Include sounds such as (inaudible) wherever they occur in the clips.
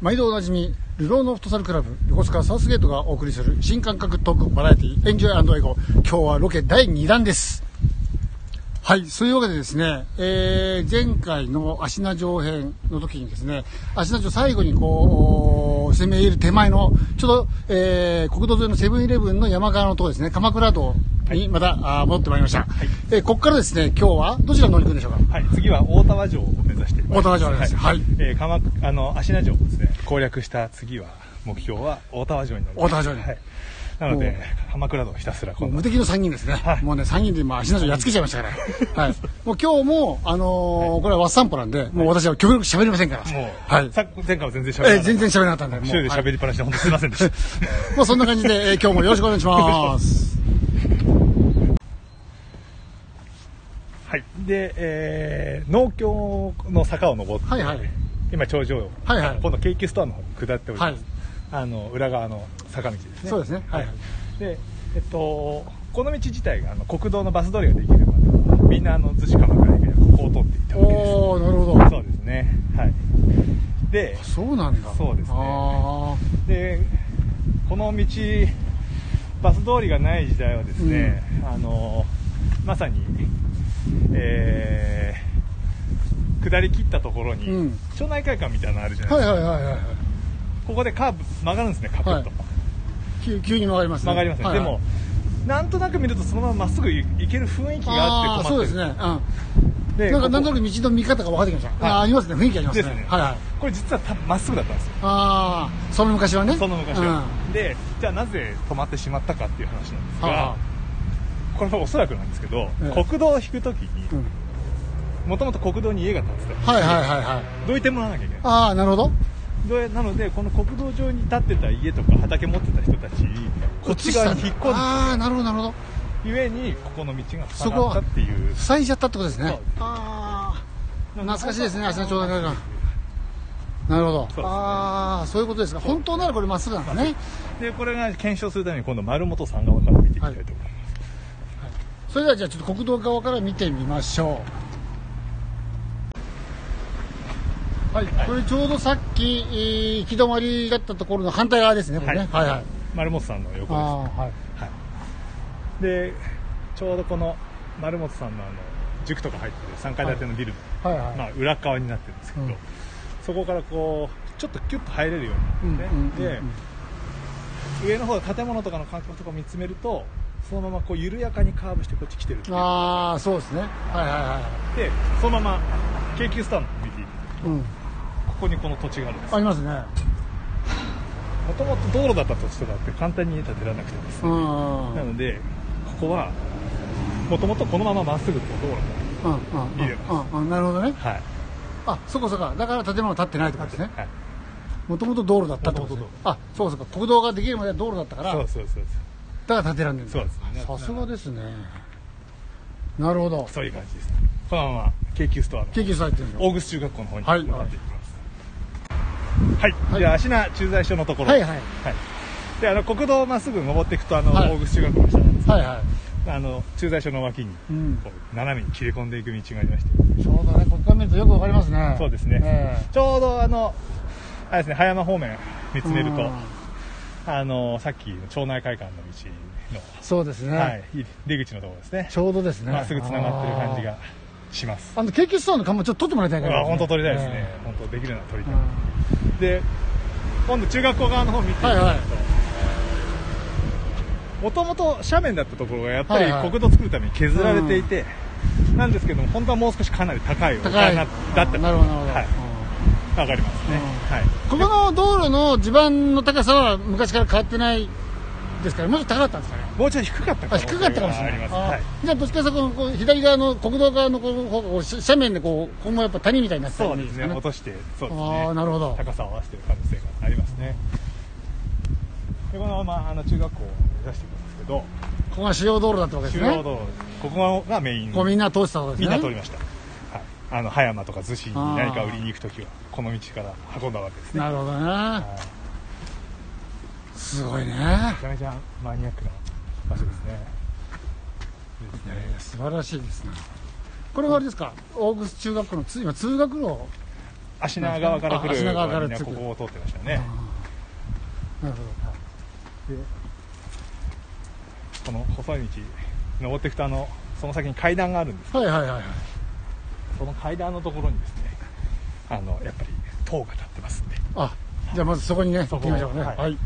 毎度おなじみ流浪のフットサルクラブ横須賀サウスゲートがお送りする新感覚トークバラエティエンジョイエゴ今日はロケ第2弾ですはいそういうわけでですね、えー前回の芦名城編の時にですね芦名城最後にこう攻め入る手前のちょうど、えー国道沿いのセブンイレブンの山側のとこですね鎌倉道にまた、あー戻ってまいりました、えーここからですね今日はどちらに乗り込むんでしょうかはい、次は大田和城を目指しています大田和城ですはいえー、鎌あの芦名城をですね攻略した次は目標は大田和城になります大田和城にはい、なのもで鎌倉道をひたすらもう今度無敵の3人ですね、はいもうね、3人で今、足なしをやっつけちゃいましたから、はい、もう今日も、あのーこれはワッサンポなんで、もう私は極力喋りませんから、もう、はいさ前回は全然え喋らーなか全った然喋れなかったんで、も週でう、はい喋りっぱなしで本当すいませんでしたもうそんな感じで、えー今日もよろしくお願いし (laughs) ます。はいで、えー、農協の坂を登って、はいはい、今頂上を、はいはい今度ケーキストアの方に下っております、はいあの裏側の坂道ですねそうですねははいい、でえっとこの道自体があの国道のバス通りができるまではみんなあの逗子鎌倉駅でここを通っていたわけですおー、なるほど、そうですねはいでそうなんだ、そうですねあでこの道バス通りがない時代はですね、あのまさに、えー下り切ったところに、うん町内会館みたいなのあるじゃーないですか、はいはいはいはいはい、ここでカーブ曲がるんですねカクッと、はい急急に曲がりますね、曲がりますね、はいはいでもなんとなく見るとそのまままっすぐ行ける雰囲気がああーってそうで困ってするね、うん、でなんか、ここなんとなく道の見方が分かってきました、はいあーありますね、雰囲気ありますね、ですねはいはい、これ実はたまっすぐだったんですよあーその昔はね、その昔は、でじゃあなぜ止まってしまったかっていう話なんですが、はあはこれはおそらくなんですけど、ええ国道を引くときにうん、うんもともと国道に家が建ってたんですはいはいはいはい。どいてもらわなきゃいけないああなるほどどうなのでこの国道上に建ってた家とか畑持ってた人たちこっち側に引っ込んああなるほどなるほどでゆえにここの道がそ塞がこっはたっていう塞いじゃったってことですそねうああ懐かしいですね芦名町内会館なるほど、すねああそういうことですか本当ならこれまっすぐなんだねでこれが検証するために今度丸本さん側から見ていきたいと思います、それではじゃあちょっと国道側から見てみましょうはい、これちょうどさっき、えー行き止まりだったところの反対側ですね、これね。はい、はい、丸本さんの横ですああ、はい。でちょうどこの丸本さんのあの塾とか入ってる3階建てのビルの、はい、はい。まあ、裏側になってるんですけど、うんそこからこうちょっとキュッと入れるようになってうんうんて、うんで上の方建物とかの感覚とかを見つめるとそのままこう緩やかにカーブしてこっち来てるっていうああ、そうですね。はい、はい、はでそのまま京急スタンドを見ていくい。うん。ここにこの土地があるんですありますね。もともと道路だった土地とかって簡単に家建てられなくてですねうんうんうん。なのでここはもともとこのまままっすぐこう道路だっうんうん見ればうんうんなるほどねたはいあそこそこだから建物建ってないってことですねはいもともと道路だったってことですね元あそうかそうか国道ができるまでは道路だったからそうだそうそうそうから建てらんでるんだそうですさすがですねなるほどそういう感じです。このまま京急ストアの研究されてるんだ大楠中学校の方にはい向かっていきます。はい。はいじゃあ芦名駐在所のところ。はいはいであの国道をまっすぐ登っていくとあの、はい大楠中学校の下なんですはいはあの駐在所の脇にいうんこう斜めに切り込んでいく道がありまして、ちょうどねここから見るとよくわかりますねそうですねえちょうどあのあれですね葉山方面見えつめうるとんあのさっきの町内会館の道そうですの、はねい、出口のところですね。ちょうどですねまっすぐ繋がってる感じがします。あーあの研究ストアの看板ちょっと撮ってもらいたいかうわら本当撮りたいですねえ。本当できるなら撮りえたういん。で今度中学校側の方見ていくと、はいはいもともと斜面だったところがやっぱりはいはい国道作るために削られていて、なんですけども本当はもう少しかなり高い高い丘なだったなるほどなるほどはいうんわかりますね、うんはいここの道路の地盤の高さは昔から変わってないですから、もうちょっと高かったんですかね。もうちょい低かったあか低かったかもしれない。あります、あはい、じゃあ、どっちかというとこうこう左側の国道側のこう方向、し斜面でこう、ここもやっぱ谷みたいになってたそりすうるんですね落としてそうですああ、ねなるほど。高さを合わせてる可能性がありますねでこのままあの中学校を目指していくんですけどここが主要道路だったわけで中すね。央道ここがメインこうみんな通したわけですみんね。な通りました、はい、あの葉山とか逗子に何か売りに行く時はこの道から運んだわけですねなるほどはいね。すごいね。めちゃめちゃマニアックな場所ですねですね素晴らしいですね。これはあれですか、大楠中学校の通今通学路足名川から来るあ足名川から来みんるなここを通ってましたよねなるほど。でこの細い道登っていくとあのその先に階段があるんですはいはいはいはい。その階段のところにですねあのやっぱり塔が立ってますんであ、じゃあまずそこにね、行そってこみましょうね。は。はいいはい、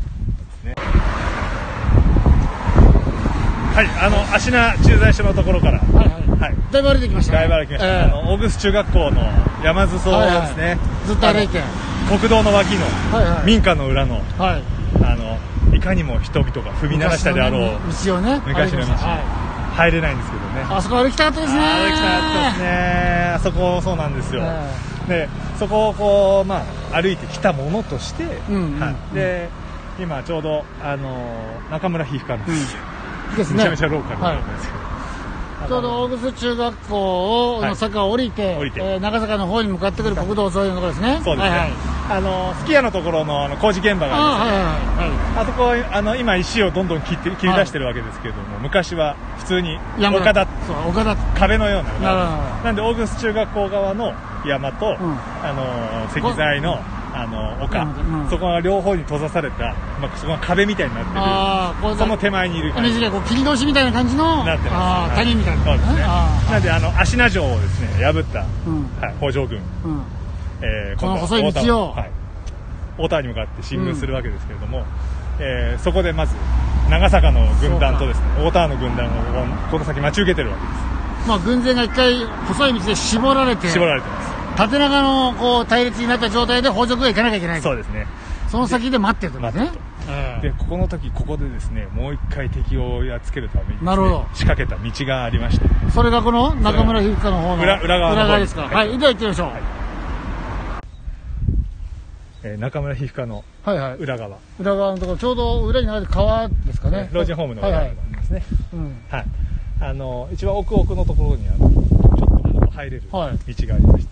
はいあの芦名駐在所のところからははい、いだいぶ歩いてきました。だいぶ歩きました、ええあの大楠中学校の山裾はいですね、ずっと歩いて。国道の脇のはいはい。民家の裏のはい。あのいかにも人々が踏み鳴らしたであろう昔のね道をね。昔の道歩いてましたはい入れないんですけどねあそこ歩きたかったですね。あーきたですねあそこそうなんですよ、えでそこをこう、まあ、歩いてきたものとして、うんうんはい、で今ちょうど、あのー中村皮膚科の、いいですね。めちゃめちゃローカルはいな。んですけど、ちょうど大楠中学校をはいの坂を降りて,、降りてえー長坂の方に向かってくる国道沿いのところですね。そうですね、はいはい。あのーすき家のところのあの工事現場があるんですあーはいはいはあそこあの今石をどんどん切って切り出してるわけですけれども、昔は普通にい。山岡田そう、岡田。壁のようななるなんで大楠中学校側の山と、うんあの石材のあの丘、うんうんそこが両方に閉ざされた、まあ、そこが壁みたいになってああ、これるその手前にいる同感じじでこう切り通しみたいな感じのなってあまーす谷みたいな、そうですねあなんであの芦名城をですね破った、ーうんはい、北条軍、うんえーこの今度は細い道を大田はい、大田に向かって進軍するわけですけれども、えーそこでまず長坂の軍団とですね大田の軍団をこの先待ち受けてるわけでまあ、軍勢が一回細い道で絞られてす絞られてます、縦長のこう隊列になった状態で北条軍へ行かなきゃいけないそうですねその先で待ってるとですね待ってるえでここの時ここでですねもう一回敵をやっつけるためにですね、なるほど仕掛けた道がありましてえそれがこの中村皮膚科の方の裏裏側の方ですかはいはい、では行ってみましょう、えー中村皮膚科のはい、はい裏側、裏側のところちょうど裏に流れて川ですかね老人ホームのはい裏は側いなんですね、うんはいあの一番奥奥のところにあのちょっと入れる道がはあいりまして、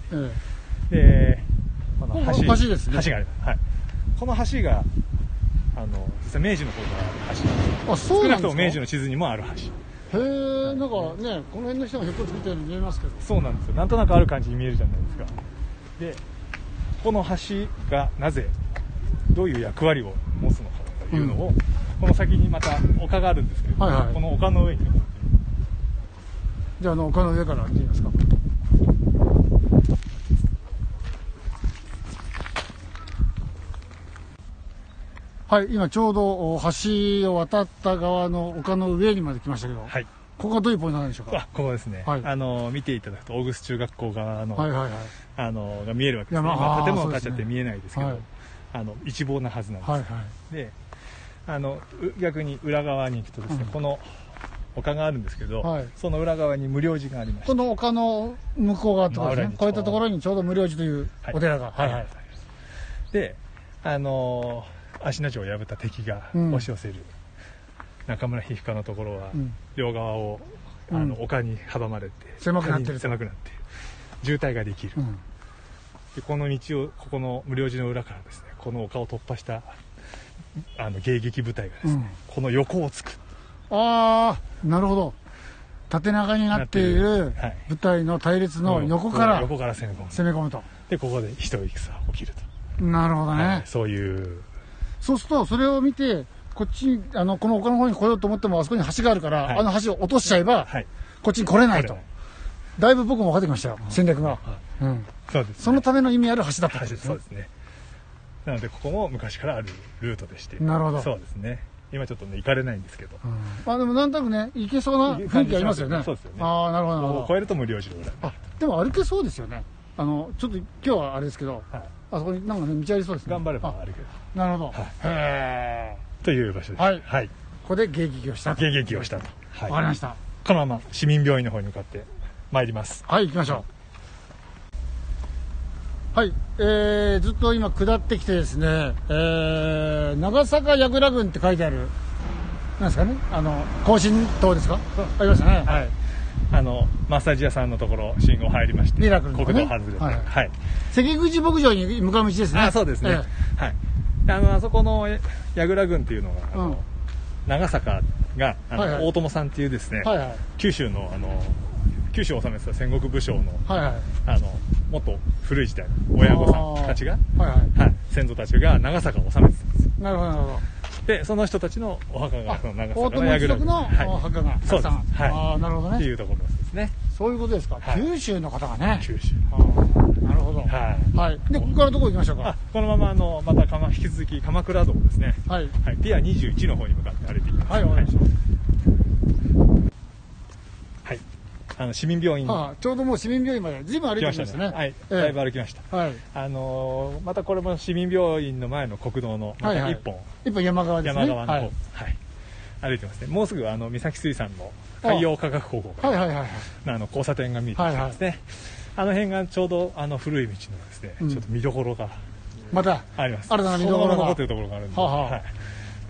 えでこのここ橋ですね橋があります、はい、この橋があの実は明治えの頃からある橋なんですあそ少うななくんでともす明治かの地図にもある橋へえんかねこの辺の人がひょっこり作ったように見えますけどそうなんですよなんとなくある感じに見えるじゃないですかでこの橋がなぜどういう役割を持つのかというのを、この先にまた丘があるんですけれども、はいはいこの丘の上にじゃああの丘の上から行ってみますかはい今ちょうどお橋を渡った側の丘の上にまで来ましたけど、はいここがどういうポイントなんでしょうかあここですね、はいあの見ていただくと大楠中学校側の,、はいはいはいあのが見えるわけですねいやまあ今建あー物そうで建っすちねゃって見えないですけどはいあの一望なはずなんです、はいはいであのう逆に裏側に行くとですね、うんこの丘があるんですけど、はいその裏側に無料寺がありましてこの丘の向こう側ってことですねこ真ういっ裏にちょうどたところにちょうど無料寺というお寺がはいはい、で、あのー足名城を破った敵がうん押し寄せる、中村皮膚科のところは、うん両側をあの、う丘に阻まれて狭くなってる谷に狭くなっている渋滞ができる、うんでこの道をここの無料寺の裏からですねこの丘を突破したあの迎撃部隊がですね、うんこの横をつくああなるほど縦長になっていなっるているはい舞台の隊列の横から横から攻め込む攻め込むとでここで一人戦が起きると、なるほどね、はいそういうそうすると、それを見て、こっちに、あの、この丘の方に来ようと思っても、あそこに橋があるから、はいあの橋を落としちゃえば、はいこっちに来れないとこれ。だいぶ僕も分かってきましたよ、戦略が。うん。そうですねそのための意味ある橋だったんはいですねそうですねなのでここも昔からあるルートでしてなるほどそうですね今ちょっとね行かれないんですけど、うんまあでもなんとなくね、行けそうな雰囲気ありますよね。いい感じしますよねそうですよねああ、なるほど、なるここほを越ど。えると無料城裏あ、でも歩けそうですよね。あの、ちょっと今日はあれですけど、はいあそこになんかね、道ありそうですね。頑張ればああるけどなるほど。はいへえ。という場所ですはいはい、ここで迎撃をしたと。迎撃をしたと、はい、わかりました。このまま市民病院の方に向かって参りますはい、行きましょう。はい、えー、ずっと今下ってきてですね、えー、長坂櫓郡って書いてある、なんですかね、あの、更新塔ですかありましたね。はい。あのマッサージ屋さんのところ信号入りましてミラクルのね国道外れてははいい、関口牧場に向かう道ですね。あそうですね、えはいであのあそこのえ矢倉郡っていうのがあえうの、ん。は長坂があの、はいはい大友さんっていうですね、いはい。九州のあの九州を治めてた戦国武将のはいはい。あのもっと古い時代親御さんたちが、あーはいははい、先祖たちが長坂を治めてたんですよい。なるほど、なるほど。でその人たちのお墓がその長大坂の友一櫓族にのはい墓がたそくさうですん。はああ、なるほどいっていね。うところですねそういうことですか。はい九州の方がね。九州あーなるほど。はいはい。で、ここからどこ行きましょうあか。このままあのまたかま引き続き鎌倉道ですね、はい。はい、ピア21の方に向かって歩いていきますはい、お願いします。はい、あの市民病院にああちょうどもう市民病院まで、ずいぶん歩い来てまきしましたたねね。はい、ええだいぶ歩きましたはい。あのーまたこれも市民病院の前の国道のまはいたはい一本、一本山側ですね。山側の方、ははいい歩いてますねもうすぐあの三崎水産の海洋科学高校かはいらはいはいはい。あの交差点が見えてきてですね、あの辺がちょうどあの古い道のですね、うんちょっと見どころがまた、あります新たな見どころがそのまま残ってるところがあるんで、はあはあはい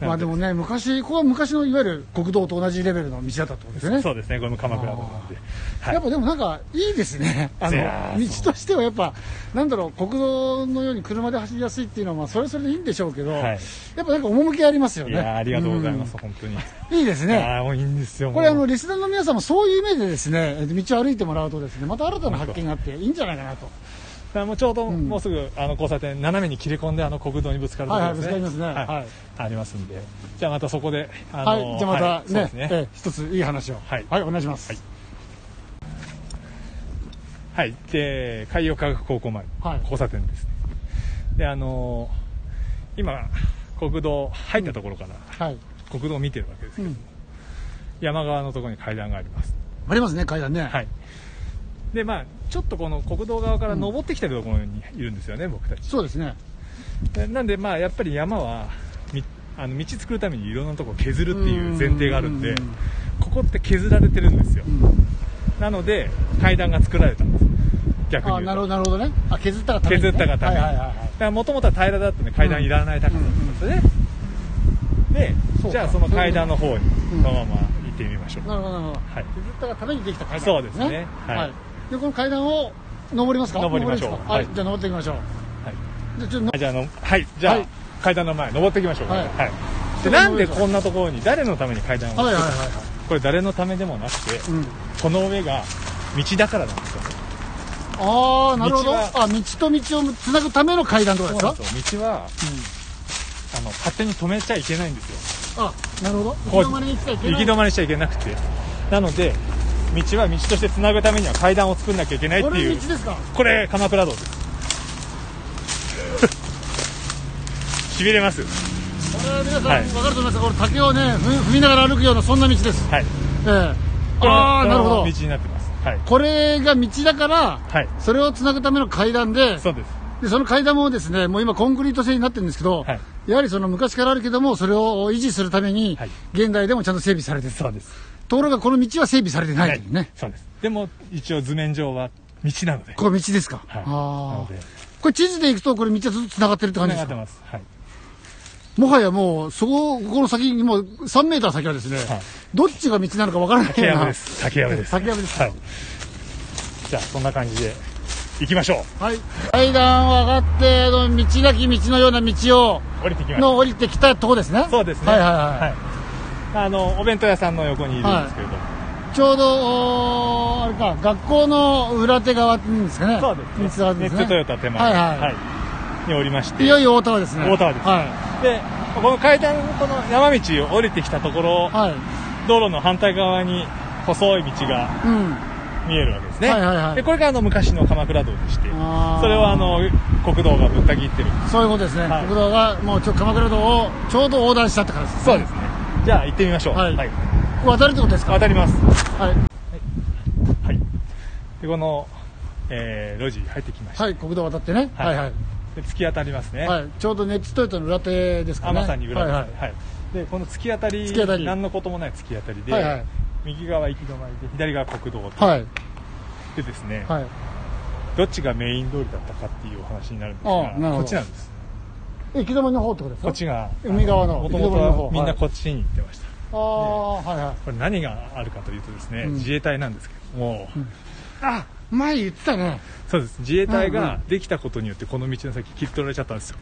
まあでもね、昔、ここは昔のいわゆる国道と同じレベルの道だったってことですよね。そうですねこれも鎌倉道なんで、はいやっぱでもなんかいいですね、あいのやーそう道としてはやっぱ、なんだろう、国道のように車で走りやすいっていうのは、まあそれはそれでいいんでしょうけど、はいやっぱなんか趣ありますよいね。やーありがとうございます、本当に、うん。いいですね、ああもういいんですよもうこれあの、リスナーの皆さんもそういう目でですね、えっと道を歩いてもらうと、ですねまた新たな発見があって、いいんじゃないかなと、だからもうちょうどうんもうすぐあの交差点斜めに切れ込んであの国道にぶつかるところですねはいはいぶつかりますねはいありますんでじゃあまたそこであのはい、じゃあまはたいそうでねす、えねえ一ついい話を、はいお願いします。はいはいで海洋科学高校前はい交差点ですねであのー今国道入ったところからはい国道を見てるわけですけうど、ん山側のところに階段がありますありますね、階段ね。はいでまあちょっとこの国道側から登ってきてるところにいるんですよね、僕たちそうですね。でなんでまあやっぱり山はみあの道作るためにいろんなところ削るっていう前提があるんうでんここって削られてるんですようんなので階段が作られたんです逆あにな言るうほど、となるほどね。あ、削ったがためにね削ったがためにはいはいはいはい。もともとは平らだったんで階段いらない高さだったんですよね、そうかでじゃあその階段の方にうんそのまま行ってみましょう、なるほど、なるほど。はい削ったがためにできた階段、そうですねはいで、この階段を登りますか登りましょう登れるんですかはい、はいじゃあ登っていきましょう。はいじゃあちょっとのはい、じゃああの、はい、じゃあ、はい階段の前、登っていきましょう。はいで、なんでこんなところに、誰のために階段をはいはいはい作ったかこれ誰のためでもなくて、うん。この上が道だからなんですよ。ああ、なるほど。道はあ、道と道をつなぐための階段ってことかですかそうなんですよ道は、あの、勝手に止めちゃいけないんですあ、なるほど。こ行うき止まりに来ちゃいけよ。な行きい。止まりしちゃいけなくて。なので、道は道としてつなぐためには階段を作んなきゃいけないってこれいう。道ですかこれ、鎌倉道 (laughs) です。痺れます。これは皆さんはい分かると思いますが、これ竹をね、踏踏みながら歩くような、そんな道です。はい。ええああ、なるほどこの。道になってます。はい。これが道だから、はい。それをつなぐための階段で、そうです。でその階段もですねもう今、コンクリート製になってるんですけど、はいやはりその昔からあるけども、それを維持するために、はい現代でもちゃんと整備されてるそうです。ところがこの道は整備されてないというね、そうです。でも、一応図面上は道なので。ここ道ですか、はい。なあので、ーこれ、地図で行くと、これ、道はずっとつながってるって感じ繋でがすってか、ます。はい。もはやもう、そこ、ここの先にもう3メーター先はですね、はいどっちが道なのかわからない竹ようやなぶで、 (laughs) す。竹やぶです。竹やぶですはい。じゃあ、そんな感じで、行きましょはい、階段を上がって、あの道なき道のような道をう。降りてきましょの降りてきたとこですね、う。そうですね。はいはいはいはいあの、お弁当屋さんの横にいるんですけれども。ちょうど、おーあれか、学校の裏手側っていうんですかね。そうです道側ね。でネすッね。トトヨタ手前。はいはい。いに降りましい、て。よいよ大田原ですね。大田原ですはで、この階段、この山道を降りてきたところい。、はい。道路の反対側に細い道がうん。見えるわけですね、はいはいはいでこれがあの昔の鎌倉道でしてそあーれはあの国道がぶった切ってるそういうことですね。はい国道が、もうちょ鎌倉道をちょうど横断したって感じです、そうですねじゃあ行ってみましょうはい渡るってことですか渡りますはい。はいでこの、えー路地入ってきました、はい、国道渡ってね。ははいいはい。で突き当たりますね、はい。ちょうどネットトヨタの裏手ですかあね。まさに裏ですね、ははいいはい。でこの突き当たり突き当たり何のこともない突き当たりで、はいはい右側行き止まりで左側国道とはい。でですね、はい。どっちがメイン通りだったかっていうお話になるんですあーなるがほどこっちなんです行き止まりの方ってことですかこっちが海側のもと行もき止まりの方とみんなこっちに行ってました、ああ、はいはい。これ何があるかというとですね、うん自衛隊なんですけども、あ、前言ってたね。そうです自衛隊うができたことによってこの道の先切り取られちゃったんですよ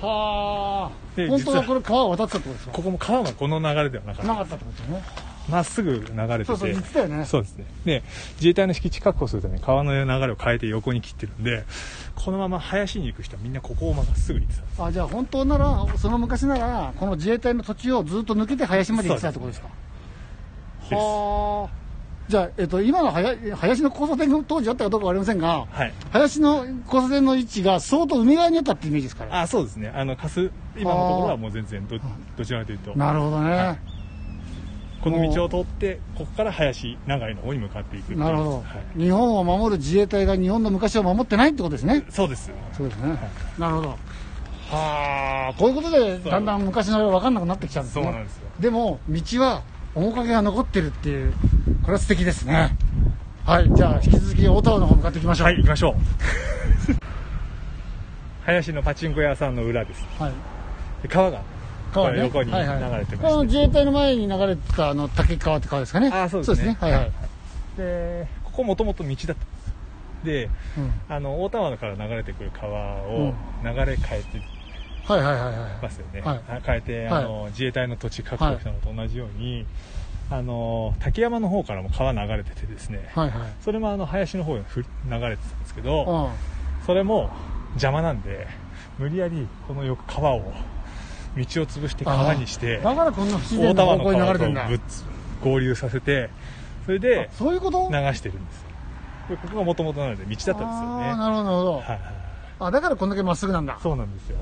はあ。で本当実ははこれ川を渡ってたってことですかここも川もこの流れではなかっなたかったってことですね。まっすぐ流れててそうそう言ってたよねそうですねで自衛隊の敷地確保するために川の流れを変えて横に切ってるんでこのまま林に行く人はみんなここをまっすぐに行ってたんですあじゃあ本当ならその昔ならこの自衛隊の土地をずっと抜けて林まで行ってたってことですかすはあじゃあ、えっと、今のはや林の交差点が当時あったかどうかはありませんが、はい林の交差点の位置が相当海側にあったってイメージですからあそうですねあのかす今のところはもう全然どどちらかというとなるほどね、はいこの道を通ってここから林長井の方に向かっていくっていうなるほど、はい日本を守る自衛隊が日本の昔を守ってないってことですねそうですそうですね、なるほどはあこういうことでだんだん昔の分かんなくなってきちゃうんですそねうなんですよでも道は面影が残ってるっていうこれは素敵ですねはいじゃあ引き続き大田原の方向かっていきましょうはい行きましょう (laughs) 林のパチンコ屋さんの裏ですはいで川が川ね横に流れてまして、この自衛隊の前に流れてたあの竹川って川ですかねあーそうですねはいはい、でここもともと道だったんですでうんあの大田原から流れてくる川うんを流れ変えてはいはいはいはいますよね、はいあ変えてあの、自衛隊の土地確保したのと同じように、あの竹山の方からも川流れててですね、はいはいそれもあの林の方にふ流れてたんですけど、うんそれも邪魔なんで無理やりこのよく川を道を潰して川にしてあーだからこんな不自大然田な方原の向に流川れとてんぶっだつ合流させてそれでそういうこと流してるんですよでここがもともとなので道だったんですよねあーなるほどなるほど、はいはいあだからこんだけまっすぐなんだそうなんですよ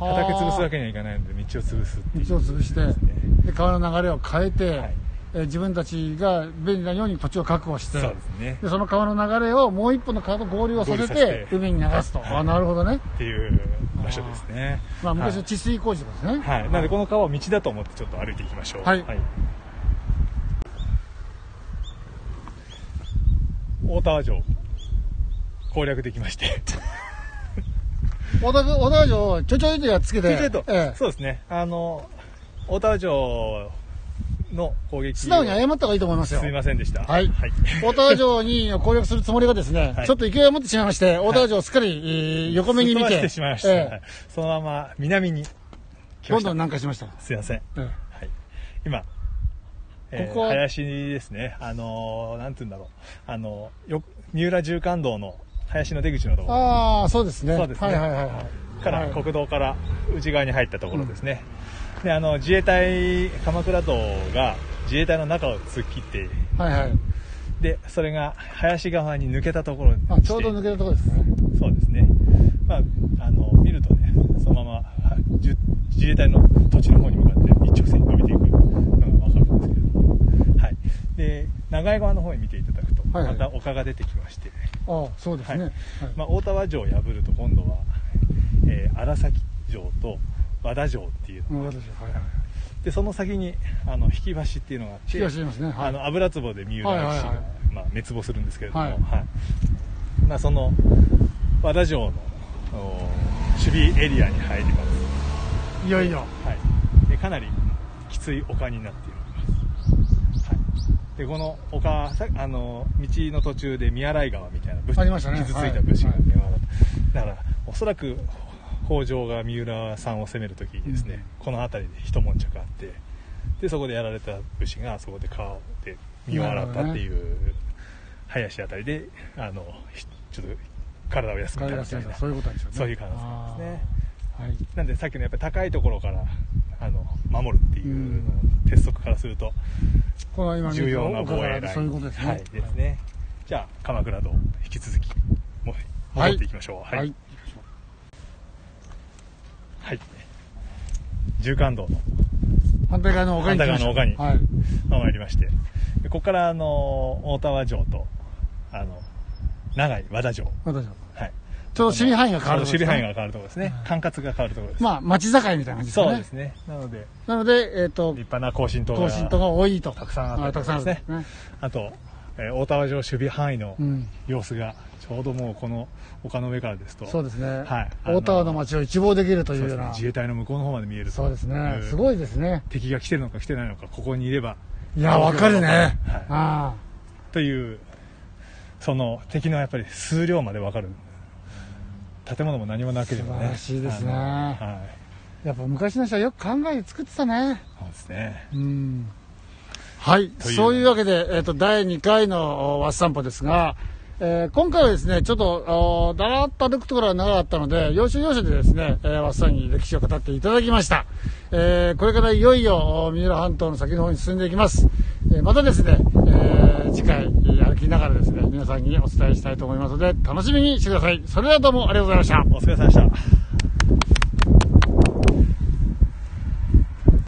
畑潰すわけにはいかないので道を潰すっていう道を潰してですねで川の流れを変えて、はいえー自分たちが便利なように土地を確保してそうですねでその川の流れをもう一本の川と合流をさせ合流させてて海に流すと、はいあなるほどね、っていう場所ですねまあ、昔のはい治水工事とかですね、はい、なのでこの川を道だと思ってちょっと歩いていきましょうはい大田原城攻略できまして小田小田城をちょいちょいとやっつけてちょっとええそうですねあの大田原城の攻撃を素直に謝った方がいいと思いますよすいませんでしたはいはい、大田原城に攻略するつもりがですね、はいちょっと勢いを持ってしまいまして、大田原城をすっかり、えー横目に見、すって飛ばしてしまいました、ええはいそのまま南に来まどしんたどん南下しました。すいませんええはい、今、えーここは林ですね、あのーなんて言うんだろう、あのよ三浦縦貫道の林の出口のところああ、そうですね。そうですねはいはいはいはい。から、はい国道から内側に入ったところですね、であの自衛隊、鎌倉道が自衛隊の中を突っ切って、はいはい。でそれが林側に抜けたところにあ、ちょうど抜けたところですね。そうですね、まあ、あの見るとね、そのままはじゅ自衛隊の土地の方に向かって一直線に伸びていくのが分かるんですけれども、はい、で長井川の方に見ていただくと、はいはいまた丘が出てきまして、ああ、そうですはいね。はいまあ、大田原城を破ると、今度は、えー荒崎城と和田城っていうのもう私はいはい。でその先にあの引き橋っていうのがあって引き橋ありますねはいあの油壺で三浦はいがはいはいまあ、滅亡するんですけれども、ははいいまあ、その和田城のお守備エリアに入ります、いよいよ。はい、でかなりきつい丘になっています、はい、でこの丘さあの道の途中で宮洗川みたいな武士ありましたね傷つはいいた武士が見られた、だからおそらく北条が三浦さんを攻める時にですね、この辺りで一悶着あってでそこでやられた武士がそこで川で身を洗ったっていう林あたりであのひちょっと体を休めガイたラみスたやいつなそういうことなんでしょうね。そういう感じですねああ。はい。なんでさっきのやっぱり高いところからあの守るっていうのの鉄則からするとこの今見重る要なお防伺衛いラインそういうことですね。はいですね、じゃあ鎌倉道引き続きもうはい戻っていきましょうはい。はい。はい縦貫道の反対側の丘に行きましょう。反対側はい。まあ参りましてでここからあの大田和城とあの長井和田城私は。はいちょうど守備範囲が変わるところですねそう守備範囲が変わるところですね管轄が変わるところです、まあ、町境みたいな感じですかね。そうですねなのでなので、えっと立、派な行進党更が新とが多いと。たくさんあったあたくさんあるですねあと、えー大田原城守備範囲のうん様子が、ちょうどもうこの丘の上からですと、そうですね。はいあの大田原の町を一望できるとそういでうよすうねな。自衛隊の向こうの方まで見えるとそうですね。すいごいですね。敵が来てるのか来てないのか、ここにいればいや、わかるね。はいあという、その敵のやっぱり数量まで分かる、建物も何もなければ素ね、晴らしいですねあのはいあ。やっぱ昔の人はよく考えて作ってたね。そうですねうん。はい、というそういうわけで、えっと第2回のおわっ散歩ですが、えー今回はですねちょっとおだらっと歩くところが長かったので要所要所でですね、えー、わっさんに歴史を語っていただきました、えーこれからいよいよお三浦半島の先の方に進んでいきます、えーまたですね、えー次回えー歩きながらですね皆さんにお伝えしたいと思いますので楽しみにしてくださいそれではどうもありがとうございましたお疲れ様でした